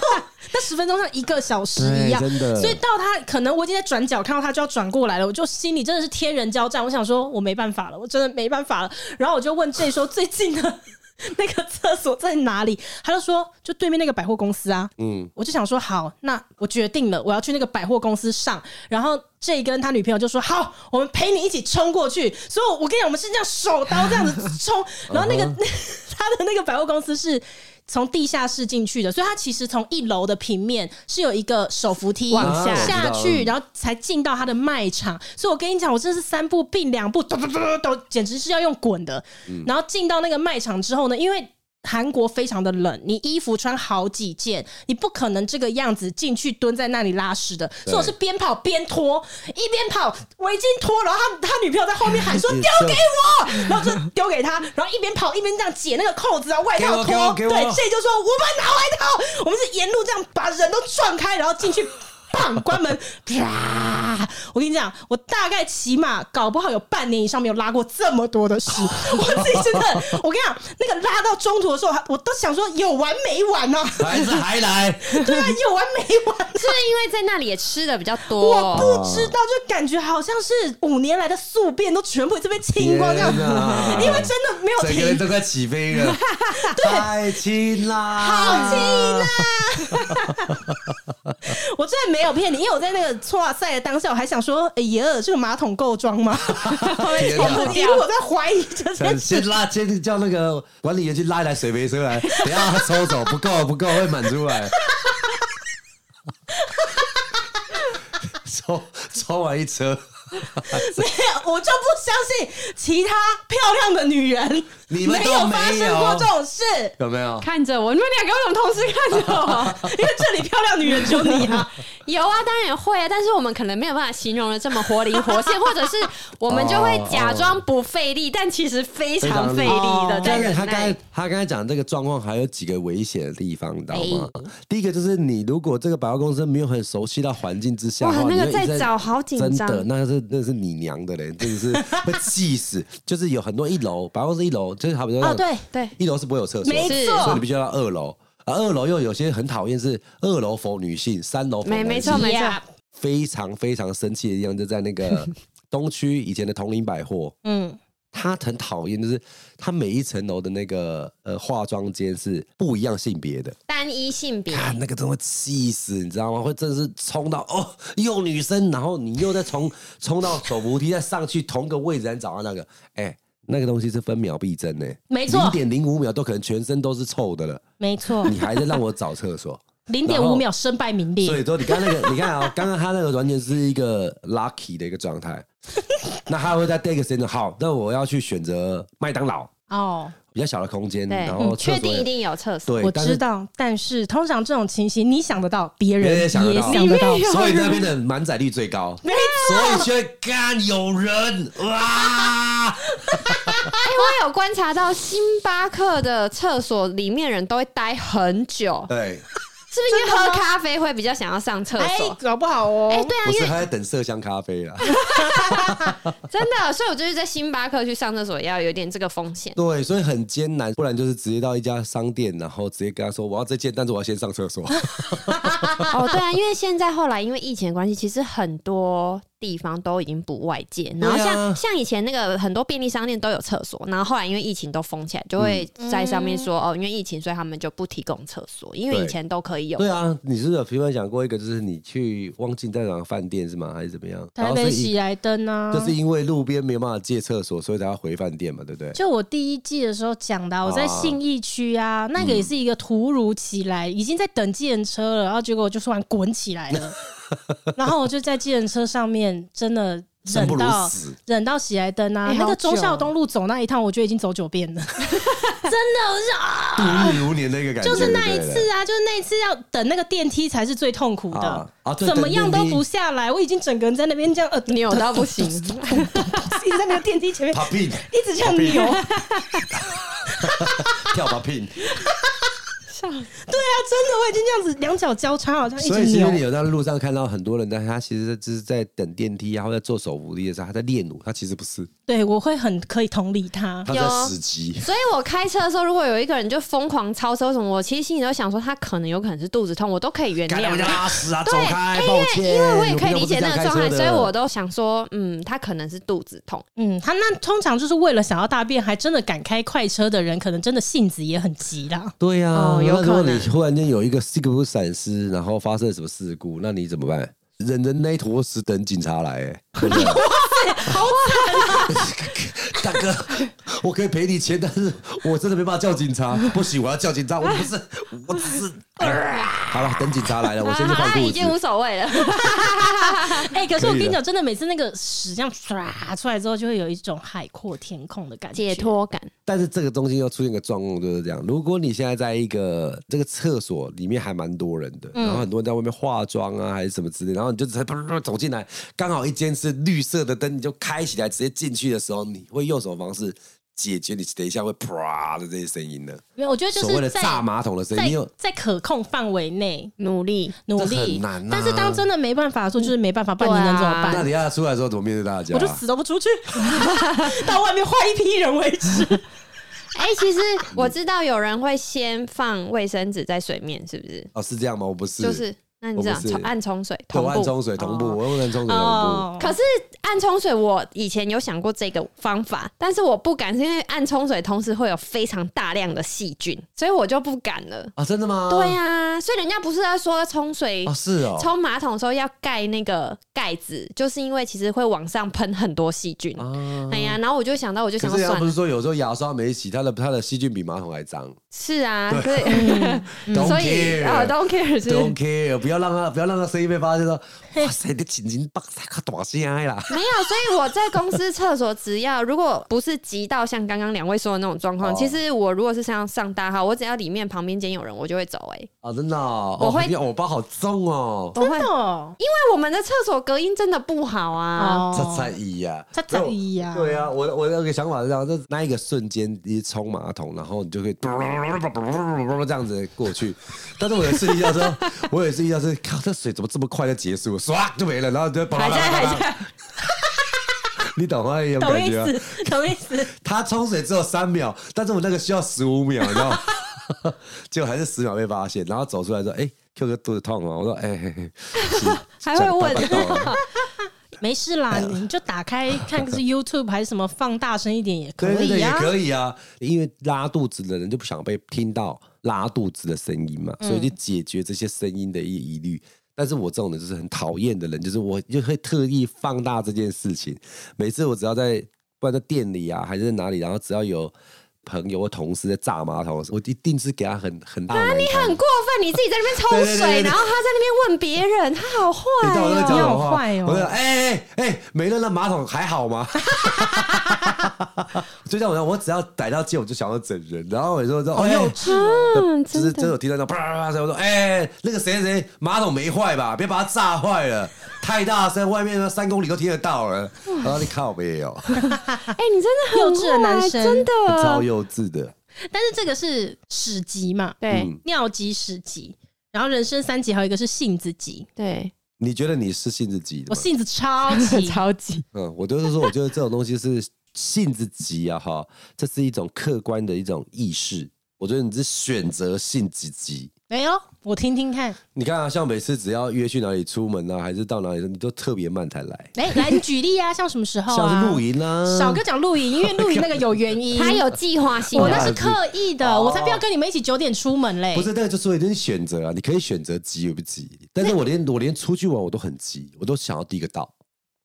A: 那十分钟像一个小时一样，
B: 对真的
A: 所以到他可能我已经在转角看到他就要转过来了，我就心里真的是天人交战，我想说我没办法了，我真的没办法了。然后我就问 J 说最近的 那个厕所在哪里，他就说就对面那个百货公司啊。
B: 嗯，
A: 我就想说好，那我决定了，我要去那个百货公司上。然后 J 跟他女朋友就说好，我们陪你一起冲过去。所以我，我跟你讲，我们是这样手刀这样子 冲。然后那个
B: 嗯
A: 他的那个百货公司是从地下室进去的，所以它其实从一楼的平面是有一个手扶梯
C: 往下
A: 下
B: 我
A: 去，
B: 知道
A: 然后才进到他的卖场。所以我跟你讲，我真的是三步并两步，咚咚咚咚咚，简直是要用滚的。然后进到那个卖场之后呢，因为韩国非常的冷，你衣服穿好几件，你不可能这个样子进去蹲在那里拉屎的，
B: 对
A: 所以我是边跑边脱，一边跑围巾脱，然后他他女朋友在后面喊
B: 嗯
A: 说丢给我，然后就丢给他，然后一边跑一边这样解那个扣子啊，外套
B: 给我
A: 脱，
B: 给
A: 对，
B: 我给我
A: 这就说我们拿外套，我们是沿路这样把人都撞开，然后进去。砰！关门，啪！我跟你讲，我大概起码搞不好有半年以上没有拉过这么多的屎，我自己真的，我跟你讲，那个拉到中途的时候，我都想说有完没完呢、
B: 还是 还来，
A: 对啊，有完没完、
C: 是不是因为在那里也吃的比较
A: 我
C: 多？
A: 不知道，就感觉好像是五年来的宿便都全部这边清光这样，
B: 天哪
A: 因为真的没有
B: 整个人
A: 停。
B: 都快起飞了，太轻啦，
A: 好轻啊啦！ 我真的没有骗你，因为我在那个搓赛的当下，我还想说，哎呀，这个马桶够装吗？
B: 天
A: 我
B: 哪！
A: 们一路我在怀疑这件事
B: 先拉，先叫那个管理员去拉一台水杯车 来，等一下他抽走，不够不够会满出来。 抽抽完一车，
A: 没有，我就不相信其他漂亮的女人
B: 你们都
A: 有发
B: 没
A: 生
B: 有
A: 过这种事，
B: 有没有？
C: 看着我，你们两个为什么同时看着我？
A: 因为这里漂亮女人只有你 啊！
C: 有啊，当然会啊，但是我们可能没有办法形容的这么活灵活现，或者是我们就会假装不费力，但其实非常费力的在
B: 但是
C: 忍
B: 哦他刚才
C: 耐。
B: 他刚才讲这个状况，还有几个危险的地方，你知道吗？
C: 哎
B: 第一个就是你如果这个百货公司没有很熟悉到环境之下的话，
C: 哇那个
B: 你会一直
C: 在找好紧
B: 真
C: 张
B: 的，那个是那是你娘的嘞，真的是会气死。就是有很多一楼百货公司一楼，就是好比说
A: 哦，对，
C: 对，
B: 一 楼是不会有厕所，
A: 没
C: 是
B: 所以你
A: 错
B: 必，须要到二楼。而二楼又有些很讨厌，是二楼否女性，三楼否
C: 没
B: 男
C: 没
B: 性
C: 错没错，
A: 呀
B: 非常非常生气的地方就在那个东区以前的同林百货，
A: 嗯，
B: 他很讨厌，就是他每一层楼的那个呃化妆间是不一样性别的，
C: 单一性别。
B: 啊，那个真的会气死，你知道吗？会真的是冲到哦，又女生，然后你又再冲 冲到手扶梯，再上去同个位置，再找到那个，哎、那个东西是分秒必争呢、
A: 没错
B: 零点零五秒都可能全身都是臭 的了，
A: 没 错，
B: 你还在让我找厕 所。
A: 零点五秒身败名
B: 所
A: 裂，
B: 以说，你刚刚那个，你看啊、刚刚他那个完全是一个 lucky 的一个状态。那他会在第一个时间说好，那我要去选择麦当劳，
A: 哦，
B: 比较小的空间，
C: 对
B: 然，
C: 嗯
B: 后哦厕
C: 确
B: 所
C: 定
B: 也
C: 一定有厕所。
B: 对，
A: 我
B: 但
A: 知
B: 是。
A: 道，但是通常这种情形，你想得到，别人
B: 别
A: 也
B: 人想得到
A: 想得到，
B: 所以那边的满载率最高，
A: 没
B: 所以就会干有人哇，
C: 哎，我有观察到星巴克的厕所里面人都会待很久，
B: 对，
A: 啊
C: 是不是因为喝咖啡会比较想要上厕
A: 哎
C: 所，？
A: 搞不好哦，
C: 哎，对啊，
B: 不
C: 因
B: 是
C: 为
B: 他在等麝香咖啡啦，
C: 真的，所以我就是在星巴克去上厕所也要有点这个风险。
B: 对，所以很艰难，不然就是直接到一家商店，然后直接跟他说我要这件，但是我要先上厕所，
C: 哦，对啊，因为现在后来因为疫情的关系，其实很多地方都已经不外借，然后
B: 对啊
C: 像、像以前那个很多便利商店都有厕所，然后后来因为疫情都封起来，就会在上面说、哦，因为疫情，所以他们就不提供厕所，因为
B: 对
C: 以前都可以 有。
B: 对啊，你是不是有平常讲过一个，就是你去忘记在哪个饭店是吗？还是怎么样？
A: 台
B: 然后
A: 北
B: 是
A: 喜
B: 因
A: 来登啊，
B: 就是因为路边没有办法借厕所，所以才要回饭店嘛，对不对？
A: 就我第一季的时候讲
B: 哦
A: 的啊、我在信义区啊，那
B: 嗯
A: 个也是一个突如其来，已经在等计程车了，然后结果我就突然滚起来 了，然后我就在计程车上面真的
B: 生
A: 忍
B: 不如
A: 到
B: 死，
A: 忍到喜来登啊，
C: 哎
A: 那
C: 好
A: 个
C: 久
A: 忠孝东路走那一趟，我就已经走九遍
B: 哦
A: 了，真的，我就啊，
B: 度日如年的一个感觉，
A: 就是那一
B: 对不对
A: 次啊，就是那一次要等那个电梯才是最痛苦的，
B: 啊啊对
A: 怎么样都
B: 等电梯
A: 不下来，我已经整个人在那边这样呃
C: 扭到 不行，
A: 一直在那个电梯前面
B: ，Popping。
A: 一直这样扭。
B: 跳吧拼。
A: 啊，真的，我已经这样子两脚交叉，好
C: 啊
A: 像一
B: 所以
A: 直
B: 其实你
A: 扭。
B: 有在路上看到很多人，但他其实就是在等电梯啊，或在做手扶梯的时候，他在练舞，他其实不是，
A: 对，我会很可以同理他。
B: 他在死机。
C: 所以我开车的时候，如果有一个人就疯狂超车什么，我其实心里都想说，他可能有可能是肚子痛，我都可以原
B: 干
C: 谅
B: 我就
C: 啊。
B: 拉屎啊！走
C: 对，
B: 开，
C: 因
B: 抱
C: 为
B: 歉。
C: 因为我也
B: 我
C: 可以理解那个状
B: 平常
C: 态，
B: 不是这样开车的
C: 所以我都想说，嗯，他可能是肚子痛。
A: 嗯，他那通常就是为了想要大便，还真的敢开快车的人，可能真的性子也很急啦。
B: 对呀、啊
C: 哦有
B: 那如果
C: 可能
B: 你忽然间有一个 s i g 闪失，然后发生什么事故，那你怎么办？忍着那一坨屎等警察来、欸，对不对 大哥，我可以赔你钱，但是我真的没办法叫警察，不行，我要叫警察，我不是，我只 是，好了，等警察来了，我先去换
C: 啊
B: 裤
C: 已
B: 子
C: 经。无所谓了。
A: 哎、可是我
B: 可以
A: 跟你
B: 的
A: 讲，真的每次那个屎这样唰出来之后，就会有一种海阔天空的感觉，
C: 解。脱感，
B: 但是这个东西要出现一个状况就是这样：如果你现在在一个这个厕所里面还蛮多人的，然后很多人在外面化妆啊还是什么之类，然后你就直接啪啪啪走进来，刚好一间是绿色的灯，你就开起来，直接进去的时候，你会用什么方式解决你等一下会啪的这些声音呢？
A: 没有，我觉得就
B: 所谓
A: 是
B: 的
A: 在
B: 炸马桶的声音，
A: 在
B: 你有
A: 在可控范围内
C: 努力。
A: 努
B: 这
A: 力，
B: 很难啊啊
A: 但是当真的没办法的时候，就是没办法，不然你能怎么办？
B: 那你要出来的时候怎么面对大家
A: 我就？死都不出去， 到外面换一批人为 止。
C: 哎、其实
B: 嗯
C: 我知道有人会先放卫生纸在水面，是不是？
B: 哦，是这样吗？我不是，
C: 就是，那你这样
B: 我不是
C: 冲按冲水，
B: 对
C: 同
B: 我
C: 步
B: 按冲水同步，
C: 哦
B: 我用按冲水同步。
C: 可是按冲水，我以前有想过这个方法，但是我不敢，是因为按冲水同时会有非常大量的细菌，所以我就不敢了。
B: 啊，真的吗？
C: 对啊，所以人家不是在说冲水
B: 哦，是哦，
C: 冲马桶的时候要盖那个盖子，就是因为其实会往上喷很多细菌。
B: 啊
C: 哎呀，然后我就想到，我就
B: 可
C: 想
B: 是
C: 到
B: 人家
C: 算
B: 不是
C: 了，
B: 说有时候牙刷没洗，它的它的细菌比马桶还脏。
C: 是啊，可是
B: Don't
C: 所以
B: care
C: 啊，don't care 是
B: Don't care，不要让它不要让它声音被发现说， 哇塞，你紧紧把它个大声的啦。
C: 没有，所以我在公司厕所，只要如果不是急到像刚刚两位说的那种状况，
B: 哦
C: 其实我如果是像上大号，我只要里面旁边间有人，我就会走、欸。哎，
B: 啊，真的哦，
C: 我会
B: 哦你看我包好重哦，
C: 我会，因
A: 哦，
C: 为我们的厕所隔音真的不好啊。
B: 这才一呀，
A: 这才一呀
B: 对啊，我我有个想法是这样，就是那一个瞬间一冲马桶，然后你就可以这样子过去。但是我有一次遇到说，我有一次遇到是，靠，这水怎么这么快就结束了，唰就没了，然后就
C: 还在还在，
B: 你懂吗？有
A: 懂
B: 感
A: 意
B: 觉吗？啊
A: 思，懂意思。
B: 他冲水只有三秒，但是我那个需要十五秒，你知道吗？结果还是十秒被发现，然后走出来说：“哎、q 哥肚子痛吗？”我说：“哎、嘿嘿是
C: 还会问
B: 这样大概到了
A: 没事啦，
B: 哎
A: 你就打开看是 YouTube 还是什么，放大声一点也可
B: 对对对，
A: 以
B: 也
A: 啊。
B: 可以啊，因为拉肚子的人就不想被听到拉肚子的声音嘛，所以就解决这些声音的一疑虑。但是我这种人就是很讨厌的人，就是我就会特意放大这件事情。每次我只要在不管在店里啊，还是在哪里，然后只要有朋友或同事在炸马桶的时候，我一定是给他很很大的。你
C: 很过分，你自己在那边冲水，
B: 对对对对
C: 然后他在那边问别人，他好坏
B: 你懂我在讲什
C: 哦、
A: 你
B: 么
A: 好
B: 话？
A: 坏哦
B: 我在哎哎哎，没人了，马桶还好吗？ 就像我讲，我只要逮到贱，我就想要整人。然后我就说，
A: 好
B: 哎
A: 幼稚哦，
C: 嗯，
B: 就
C: 真
B: 是
C: 的。
B: 真有听到那啪啪啪声，我说哎、那个谁谁谁马桶没坏吧？别把它炸坏 了，太大声，外面呢三公里都听得到了。
C: 嗯
B: 然后你靠哦没 有，
C: 哎、你真的很
A: 幼稚的男生
C: 坏真的
B: 超幼稚的。
A: 但是这个是屎级嘛，
C: 对、
B: 嗯
A: 尿级、屎级，然后人生三级，还有一个是性子级。
C: 对，
B: 你觉得你是性子急的
A: 我
B: 吗？
A: 性子 超级，
C: 超级
B: 嗯，我就是说，我觉得这种东西是性子急啊，哈，这是一种客观的一种意识。我觉得你是选择性子急。
A: 哎呦，我听听看。
B: 你看啊，像每次只要约去哪里出门啊，还是到哪里，你都特别慢才来，
A: 哎，来你举例 啊，像什么时候啊？
B: 像是露营啊，
C: 哦
A: 少跟我讲露营，因为露营那个有啊原 因。
C: 他有计划性
A: 我
C: 的
A: 那是刻意的，
B: 哦
A: 我才不要跟你们一起九点出门嘞。
B: 不是，那个就说一定选择啊，你可以选择急与不急，但是我连我连出去玩我都很急，我都想要第一个到，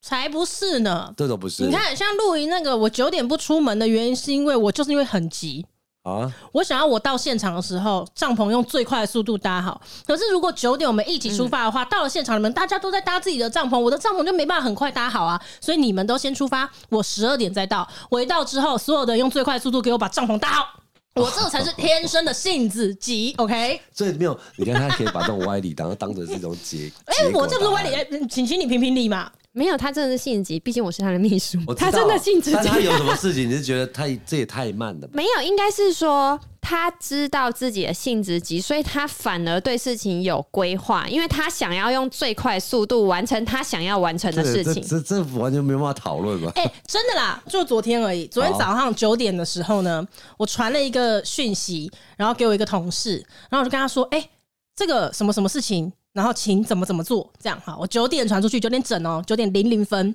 A: 才不是呢！
B: 这种不是？
A: 你看，像露营那个，我九点不出门的原因是因为我就是因为很急，
B: 啊，
A: 我想要我到现场的时候，帐篷用最快的速度搭好。可是如果九点我们一起出发的话，到了现场你们大家都在搭自己的帐篷，我的帐篷就没办法很快搭好啊。所以你们都先出发，我十二点再到。我一到之后，所有的用最快的速度给我把帐篷搭好。我这个才是天生的性子急，OK？
B: 所以没有，你看他可以把这种歪理当当成是一种结，
A: 哎、
B: 结果
A: 我这不是歪理，嗯
B: 答案
A: 哎请请你评评理嘛。
C: 没有，他真的是性急，毕竟我是他的秘书
B: 我，知道
C: 他真的性急。
B: 但他有什么事情，你是觉得太这也太慢了吧？
C: 没有，应该是说他知道自己的性子急，所以他反而对事情有规划，因为他想要用最快速度完成他想要完成的事
B: 这
C: 情。
B: 这这完全没办法讨论吧？
A: 哎、真的啦，就昨天而已。昨天
B: 好
A: 早上九点的时候呢，我传了一个讯息，然后给我一个同事，然后我就跟他说：“哎、这个什么什么事情，然后请怎么怎么做，这样哈。”我九点传出去，九点整哦，九点零零分。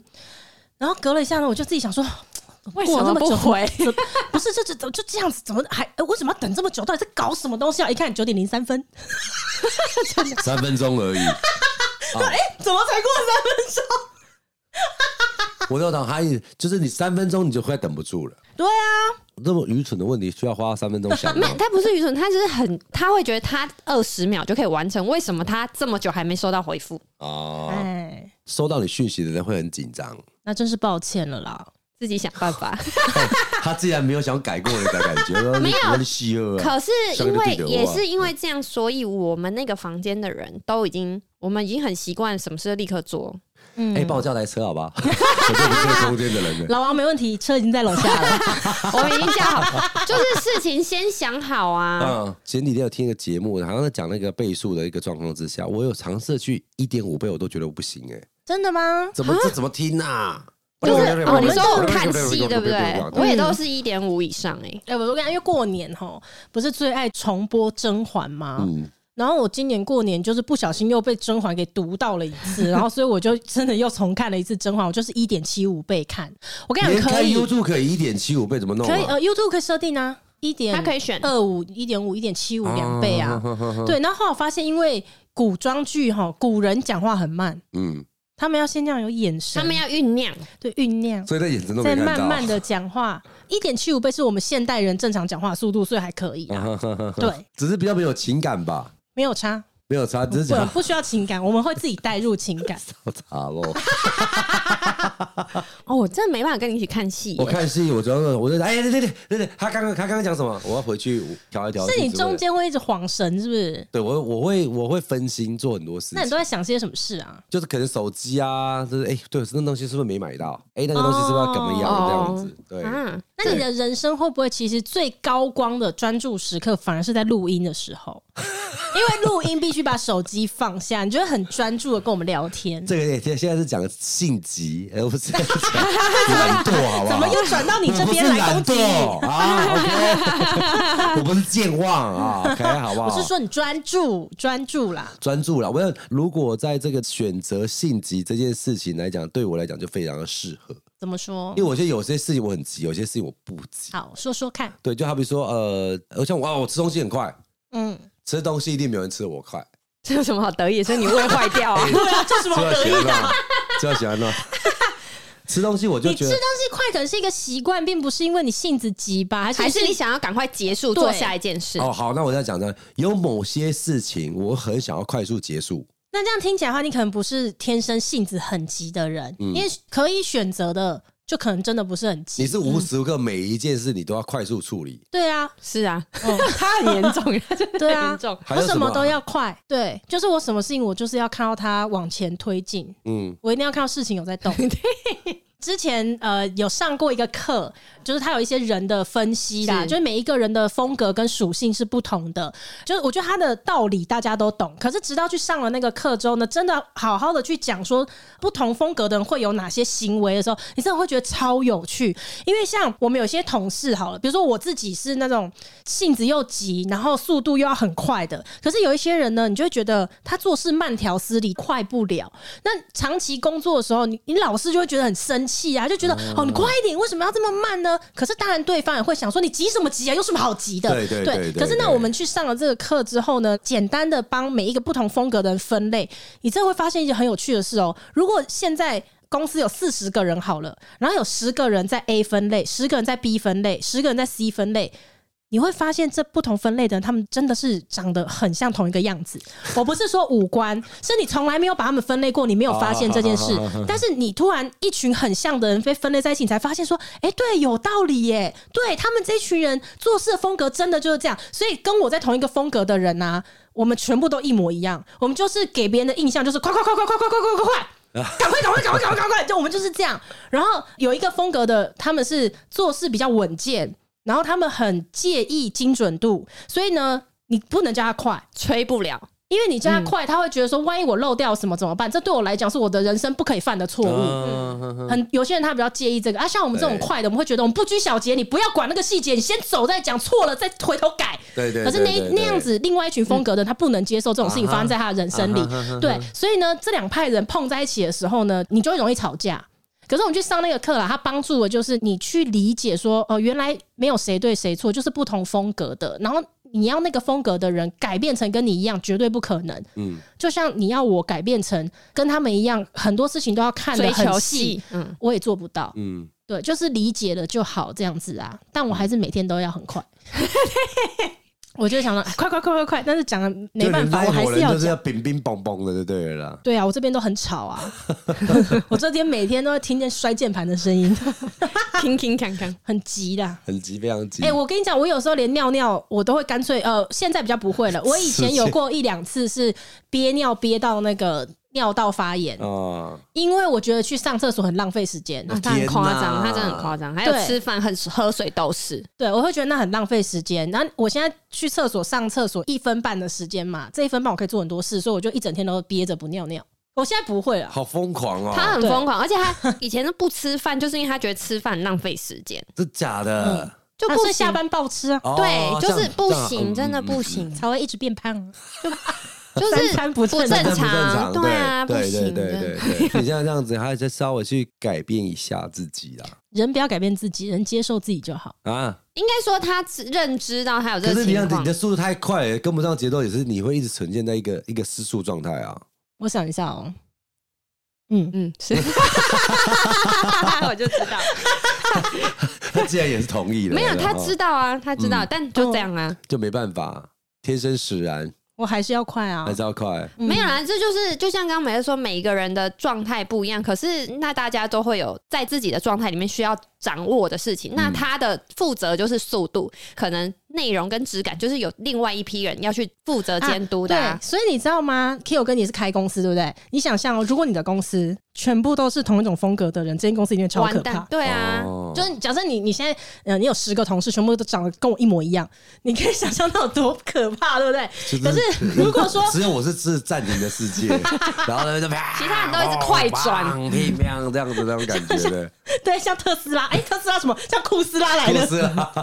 A: 然后隔了一下呢，我就自己想说。
C: 为什么
A: 过了那久
C: 不回？
A: 怎不是，这这怎么就这样子？怎么还、呃为什么要等这么久？到底在搞什么东西啊？一看九点零三分，
B: 三分钟而已。
A: 怎么才过三分钟？
B: 我都懂，还有就是你三分钟你就快等不住了。
A: 对啊，
B: 这么愚蠢的问题需要花三分钟想
C: 没
B: 吗
C: 有，？他不是愚蠢，他就是很，他会觉得他二十秒就可以完成，为什么他这么久还没收到回复？哦
B: 啊，
A: 哎、
B: 收到你讯息的人会很紧张。
A: 那真是抱歉了啦。
C: 自己想 办法。
B: 他竟然没有想改过你的感觉，
C: 没有
B: 我的西二啊。
C: 可是因为也是因为这样，所以我们那个房间的人都已经，我们已经很习惯什么事都立刻 做。
A: 嗯，
B: 哎，帮我叫台车好 吧？我就不是这个空间的人了。
A: 老王没问题，车已经在楼下 了。
C: 我们已经叫好，就是事情先想好啊。
B: 嗯，前几天有听一个节目，好像在讲那个倍数的一个状况之下，我有尝试去一点五倍，我都觉得我不行哎、
A: 真的吗？
B: 怎么这怎么听啊？
C: 就是哦，你说我看戏
B: 戏
C: 对不对？嗯我也都是一点五以上哎、
A: 哎、我我跟你讲，因为过年吼，不是最爱重播《甄嬛》吗？
B: 嗯，
A: 然后我今年过年就是不小心又被《甄嬛》给读到了一次，然后所以我就真的又重看了一次《甄嬛》，我就是一点七五倍看。我跟你
B: 连
A: 讲，可
B: 开
A: 以，
B: YouTube 可以一点七五倍怎么弄、啊？
A: 可以，呃，YouTube 可以设定啊，一点，
C: 他可以选
A: 二五、一点五、一点七五两倍啊。
B: 呵呵呵
A: 对，然后后来我发现，因为古装剧哈，古人讲话很慢，
B: 嗯，
A: 他们要先这样有眼神，
C: 他们要酝酿，
A: 对酝酿。
B: 所以那眼神都没
A: 在
B: 看到。啊
A: 慢慢 的讲话，一点七五倍是我们现代人正常讲话的速度，所以还可以啊，
B: 的
A: 对，
B: 只是比较没有情感吧，
A: 没有差，
B: 没有差，只是
A: 不
B: 讲
A: 不需要情感，我们会自己带入情 感。
B: 我差喽。
C: 哦，我真的没办法跟你一起看戏、
B: 我
C: 欸。
B: 看戏，我主要是我就哎，对对对对对，他刚刚他刚刚讲什么？我要回去嗯调一调。
A: 是你
B: 就是为
A: 中
B: 了
A: 间会一直晃神，是不是？
B: 对我我会我会分心做很多事
A: 那
B: 情
A: 你都。在想些什么事啊？
B: 就是可能手机啊，就是哎、对，那东西是不是没买到？哎、那个东西是不是要怎么样、
C: 哦
B: 这样子？对，
C: 啊，
A: 那你的人生会不会其实最高光的专注时刻，反而是在录音的时 候？因为录音必须把手机放下，你就会很专注的跟我们聊天。
B: 这个也现现在是讲性急，而不是在 讲懒惰，好不好？
A: 怎么又转到你这边
B: 我不
A: 来
B: 是
A: 攻
B: 懒
A: 击你？
B: 惰啊？OK，我不 是健忘啊，OK，好不好？
A: 我是说你专注，专注啦。
B: 专注了。我要如果在这个选择性急这件事情来讲，对我来讲就非常的适合，
A: 怎么说
B: 因为？我觉得有些事情我很急，有些事情我不急。
A: 好，说说看。
B: 对，就好比说，呃，我像我啊，我吃东西很快，
A: 嗯，
B: 吃东西一定没有人吃得我快，
C: 这有什么好得意的？所以你胃坏掉 啊？
A: 对啊，这有什么
B: 就
A: 好
B: 要
A: 得
B: 喜
A: 意
B: 欢
A: 的？
B: 那，就要喜欢那。吃东西我就
A: 你
B: 觉
A: 吃
B: 得
A: 东西快可能是一个习惯，并不是因为你性子急吧？还是
C: 还是你想要赶快结束做
A: 对
C: 下一件事？
B: 哦，好，那我再讲讲，有某些事情我很想要快速结束，
A: 那这样听起来的话，你可能不是天生性子很急的人，因为可以选择的就可能真的不是很急。
B: 嗯你是无时无刻每一件事你都要快速处理。
A: 对啊，
C: 是啊，
A: 嗯，
C: 他很 严重，他真的
A: 对
C: 很
A: 啊
C: 严重。，
B: 还
A: 我
B: 有什
A: 什
B: 么啊
A: 么都要快，对，就是我什么事情我就是要看到它往前推进，
B: 嗯，
A: 我一定要看到事情有在 动。之前呃有上过一个课，就是他有一些人的分析啦，
C: 是
A: 就是每一个人的风格跟属性是不同的。就是我觉得他的道理大家都懂，可是直到去上了那个课之后呢，真的好好的去讲说不同风格的人会有哪些行为的时候，你真的会觉得超有趣。因为像我们有些同事好了，比如说我自己是那种性子又急，然后速度又要很快的，可是有一些人呢，你就会觉得他做事慢条斯理，快不了。那长期工作的时候，你你老师就会觉得很生气啊，就觉得哦，你快一点，为什么要这么慢呢？可是当然，对方也会想说，你急什么急啊？有什么好急的？
B: 对对对对
A: 可是那
B: 对
A: 我们去上了这个课之后呢，简单的帮每一个不同风格的人分类，你真的会发现一件很有趣的事哦。如果现在公司有四十个人好了，然后有十个人在 A 分类，十个人在 B 分类，十个人在 C 分类，你会发现这不同分类的人，他们真的是长得很像同一个样子。我不是说五官，是你从来没有把他们分类过，你没有发现这件事。但是你突然一群很像的人被分类在一起，你才发现说，哎、对，有道理耶。对他们这群人做事的风格真的就是这样，所以跟我在同一个风格的人啊，我们全部都一模一样，我们就是给别人的印象就是快快快快快快快快快快。赶快赶快赶快赶快赶快！就我们就是这样。然后有一个风格的，他们是做事比较稳健，然后他们很介意精准度，所以呢，你不能叫他快，
C: 吹不了。
A: 因为你叫他快，他会觉得说，万一我漏掉什么怎么办？这对我来讲是我的人生不可以犯的错误。
B: 嗯，
A: 很有些人他比较介意这个啊，像我们这种
B: 对
A: 快的，我们会觉得我们不拘小节，你不要管那个细节，你先走再讲，错了再回头改。
B: 对对。
A: 可是那
B: 对对
A: 那样子，另外一群风格的他不能接受这种事情
B: 啊哈
A: 发生在他的人生里
B: 啊哈哈哈，
A: 对，所以呢，这两派人碰在一起的时候呢，你就会容易吵架。可是我们去上那个课啦，他帮助的就是你去理解说，哦、原来没有谁对谁错，就是不同风格的。然后你要那个风格的人改变成跟你一样，绝对不可能。
B: 嗯，
A: 就像你要我改变成跟他们一样，很多事情都要看得
C: 追
A: 很
C: 求
A: 细
C: 细，，嗯，
A: 我也做不到。
B: 嗯，
A: 对，就是理解了就好这样子啊。但我还是每天都要很 快。我就想说，哎快快快快快！但是讲了没办法，我还
B: 是
A: 是要
B: 就是要
A: 讲。
B: 冰冰嘣嘣的，就对了啦。
A: 对啊，我这边都很吵啊， 我这边每天都会听见摔键盘的声音，
C: 听听看看，
A: 很急啦。
B: 很急，非常急。
A: 哎、我跟你讲，我有时候连尿尿我都会干脆呃，现在比较不会了。我以前有过一两次是憋尿憋到那个尿道发炎，
B: 啊，
A: 因为我觉得去上厕所很浪费时间。
B: 我
C: 他很
B: 天
C: 夸
B: 哪
C: 张，他真的很夸张。还有
A: 对
C: 吃饭很喝水都是，
A: 对，我会觉得那很浪费时间。然后我现在去厕所上厕所一分半的时间嘛，这一分半我可以做很多事，所以我就一整天都憋着不尿尿。我现在不会了，啊
B: 好疯狂哦！
C: 他很
A: 对
C: 疯狂，而且他以前都不吃饭，就是因为他觉得吃饭浪费时间，
B: 这假的，
C: 就
A: 啊
C: 不
A: 所以
C: 行
A: 下。班暴吃啊，
B: 哦
C: 嗯对，就是不行，真的。
B: 这样这样嗯嗯
C: 不行，
A: 才会一直变胖啊、
C: 就是
A: 三餐不正
C: 不
A: 常
B: 正
C: 正
B: 不正常？
C: 对啊，不
B: 对对
C: 行，
B: 对
C: 真的
B: 对对对，你像这样子，还得稍微去改变一下自己啦。
A: 人不要改变自己，人接受自己就好。
B: 啊，
C: 应该说他只认知到他有这
B: 可
C: 个
B: 是你
C: 情
B: 看你
C: 况
B: 的，速度太快了，跟不上节奏，也是你会一直呈现在一个一个失速状态啊。
A: 我想一下哦，嗯，
C: 嗯，是，我就知道，
B: 他既然也是同意了，
C: 没有
B: 然
C: 他
B: 后
C: 知道啊，他知
B: 嗯
C: 道，但就这样啊，
B: 就没办法，天生使然，
A: 我还是要快啊
C: 哦
B: 还，是要快。
A: 嗯
C: 没有啦，这就是就像刚刚美乐说，每一个人的状态不一样，可是那大家都会有在自己的状态里面需要掌握的事
B: 嗯
C: 情。那他的负责就是速度，可能内容跟质感就是有另外一批人要去负责监督的、
A: 对，
C: 啊。
A: 所以你知道吗？Kyo 跟你是开公司，对不对？你想象哦，如果你的公司全部都是同一种风格的人，这间公司一定超可
C: 完
A: 怕
C: 蛋，。对啊，
B: 哦
A: 就是假设你你现在，呃，你有十个同事，全部都长得跟我一模一样，你可以想象到多可怕，对不对？可 是如果说
B: 只有我是是暂停的世 界，然后呢就啪，
C: 其他人都一直快转
B: 砰砰砰这样子那种 感觉的，
A: 对，像特斯拉，哎、特斯拉什么？像库斯拉来
B: 不
A: 了，
B: 是 啦，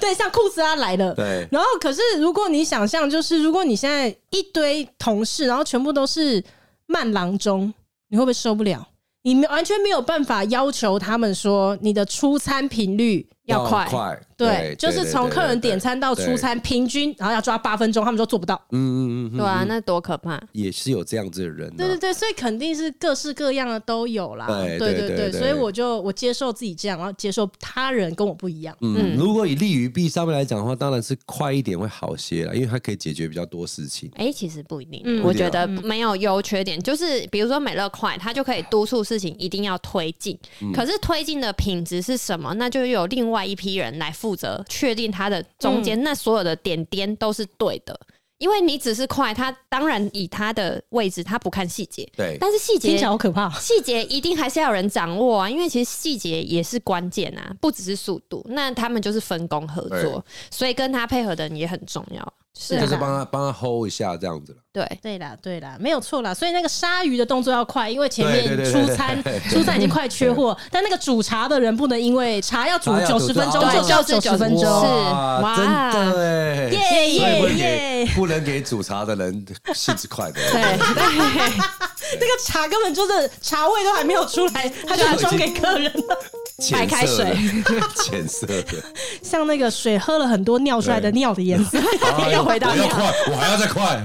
A: 对，像库斯拉来了。
B: 对
A: 然后，可是如果你想象，就是如果你现在一堆同事，然后全部都是慢郎中，你会不会受不了？你没完全没有办法要求他们说你的出餐频率要快，
B: 快，
A: 对，就是从客人点，餐到出餐平均，然后要抓八分钟，他们说做不到。
B: 对对对嗯嗯嗯嗯，
C: 对啊，那多可怕！
B: 也是有这样子的人啊，
A: 对对对，所以肯定是各式各样的都有啦。
B: 对
A: 对
B: 对对对
A: 所以我就我接受自己这样，然后接受他人跟我不一样。
B: 嗯，如果以利与弊上面来讲的话，当然是快一点会好些了，因为它可以解决比较多事情。
C: 哎、其实不一定，
A: 嗯
C: 我觉得没有优缺点，就是比如说美乐快，它就可
B: 啊
C: 以督促事情一定要推进，
B: 嗯
C: 可是推进的品质是什么？那就有另外一批人来负责确定它的中
A: 嗯
C: 间、那所有的点点都是对的，因为你只是快，它当然以它的位置，它不看细节，
B: 对，
C: 但是细
A: 听
C: 节
A: 起来好可怕。
C: 细节一定还是要有人掌握啊，因为其实细节也是关键啊，不只是速度。那他们就是分工合
B: 对
C: 作，所以跟他配合的人也很重要。是
A: 对
B: 就
C: 啊
B: 是，帮他帮他 hold 一下这样子了。
C: 对。
A: 对啦，对啦，没有错啦。所以那个鲨鱼的动作要快，因为前
B: 对
A: 面
B: 对对
A: 出
B: 对
A: 餐出餐已经快缺货，但那个煮茶的人不能因为茶要煮
B: 茶要
A: 九
B: 煮
A: 十分钟
C: 对
A: 就叫九十
C: 90
A: 分钟，
C: 是
B: 哇，
C: 哇
B: 真的哎，
A: 耶
B: 所以不能
A: 耶
B: 给
A: 耶！
B: 不能给煮茶的人兴致快的，
C: 对，
A: 那个茶根本就是茶味都还没有出来，他就要装给客人了。
B: 浅
C: 白开
B: 色的
C: 水，
B: 浅 色的，
A: 像那个水喝了很多尿出来的
B: 对哦
A: 尿的 颜色，
B: 要
A: 回到
B: 哎
A: 啊
B: 我要快，我还要 再快，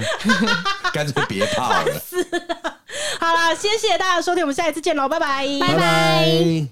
B: 干脆别泡了，
A: 好啦，谢谢大家的收听，我们下一次见喽，拜拜，
C: 拜拜。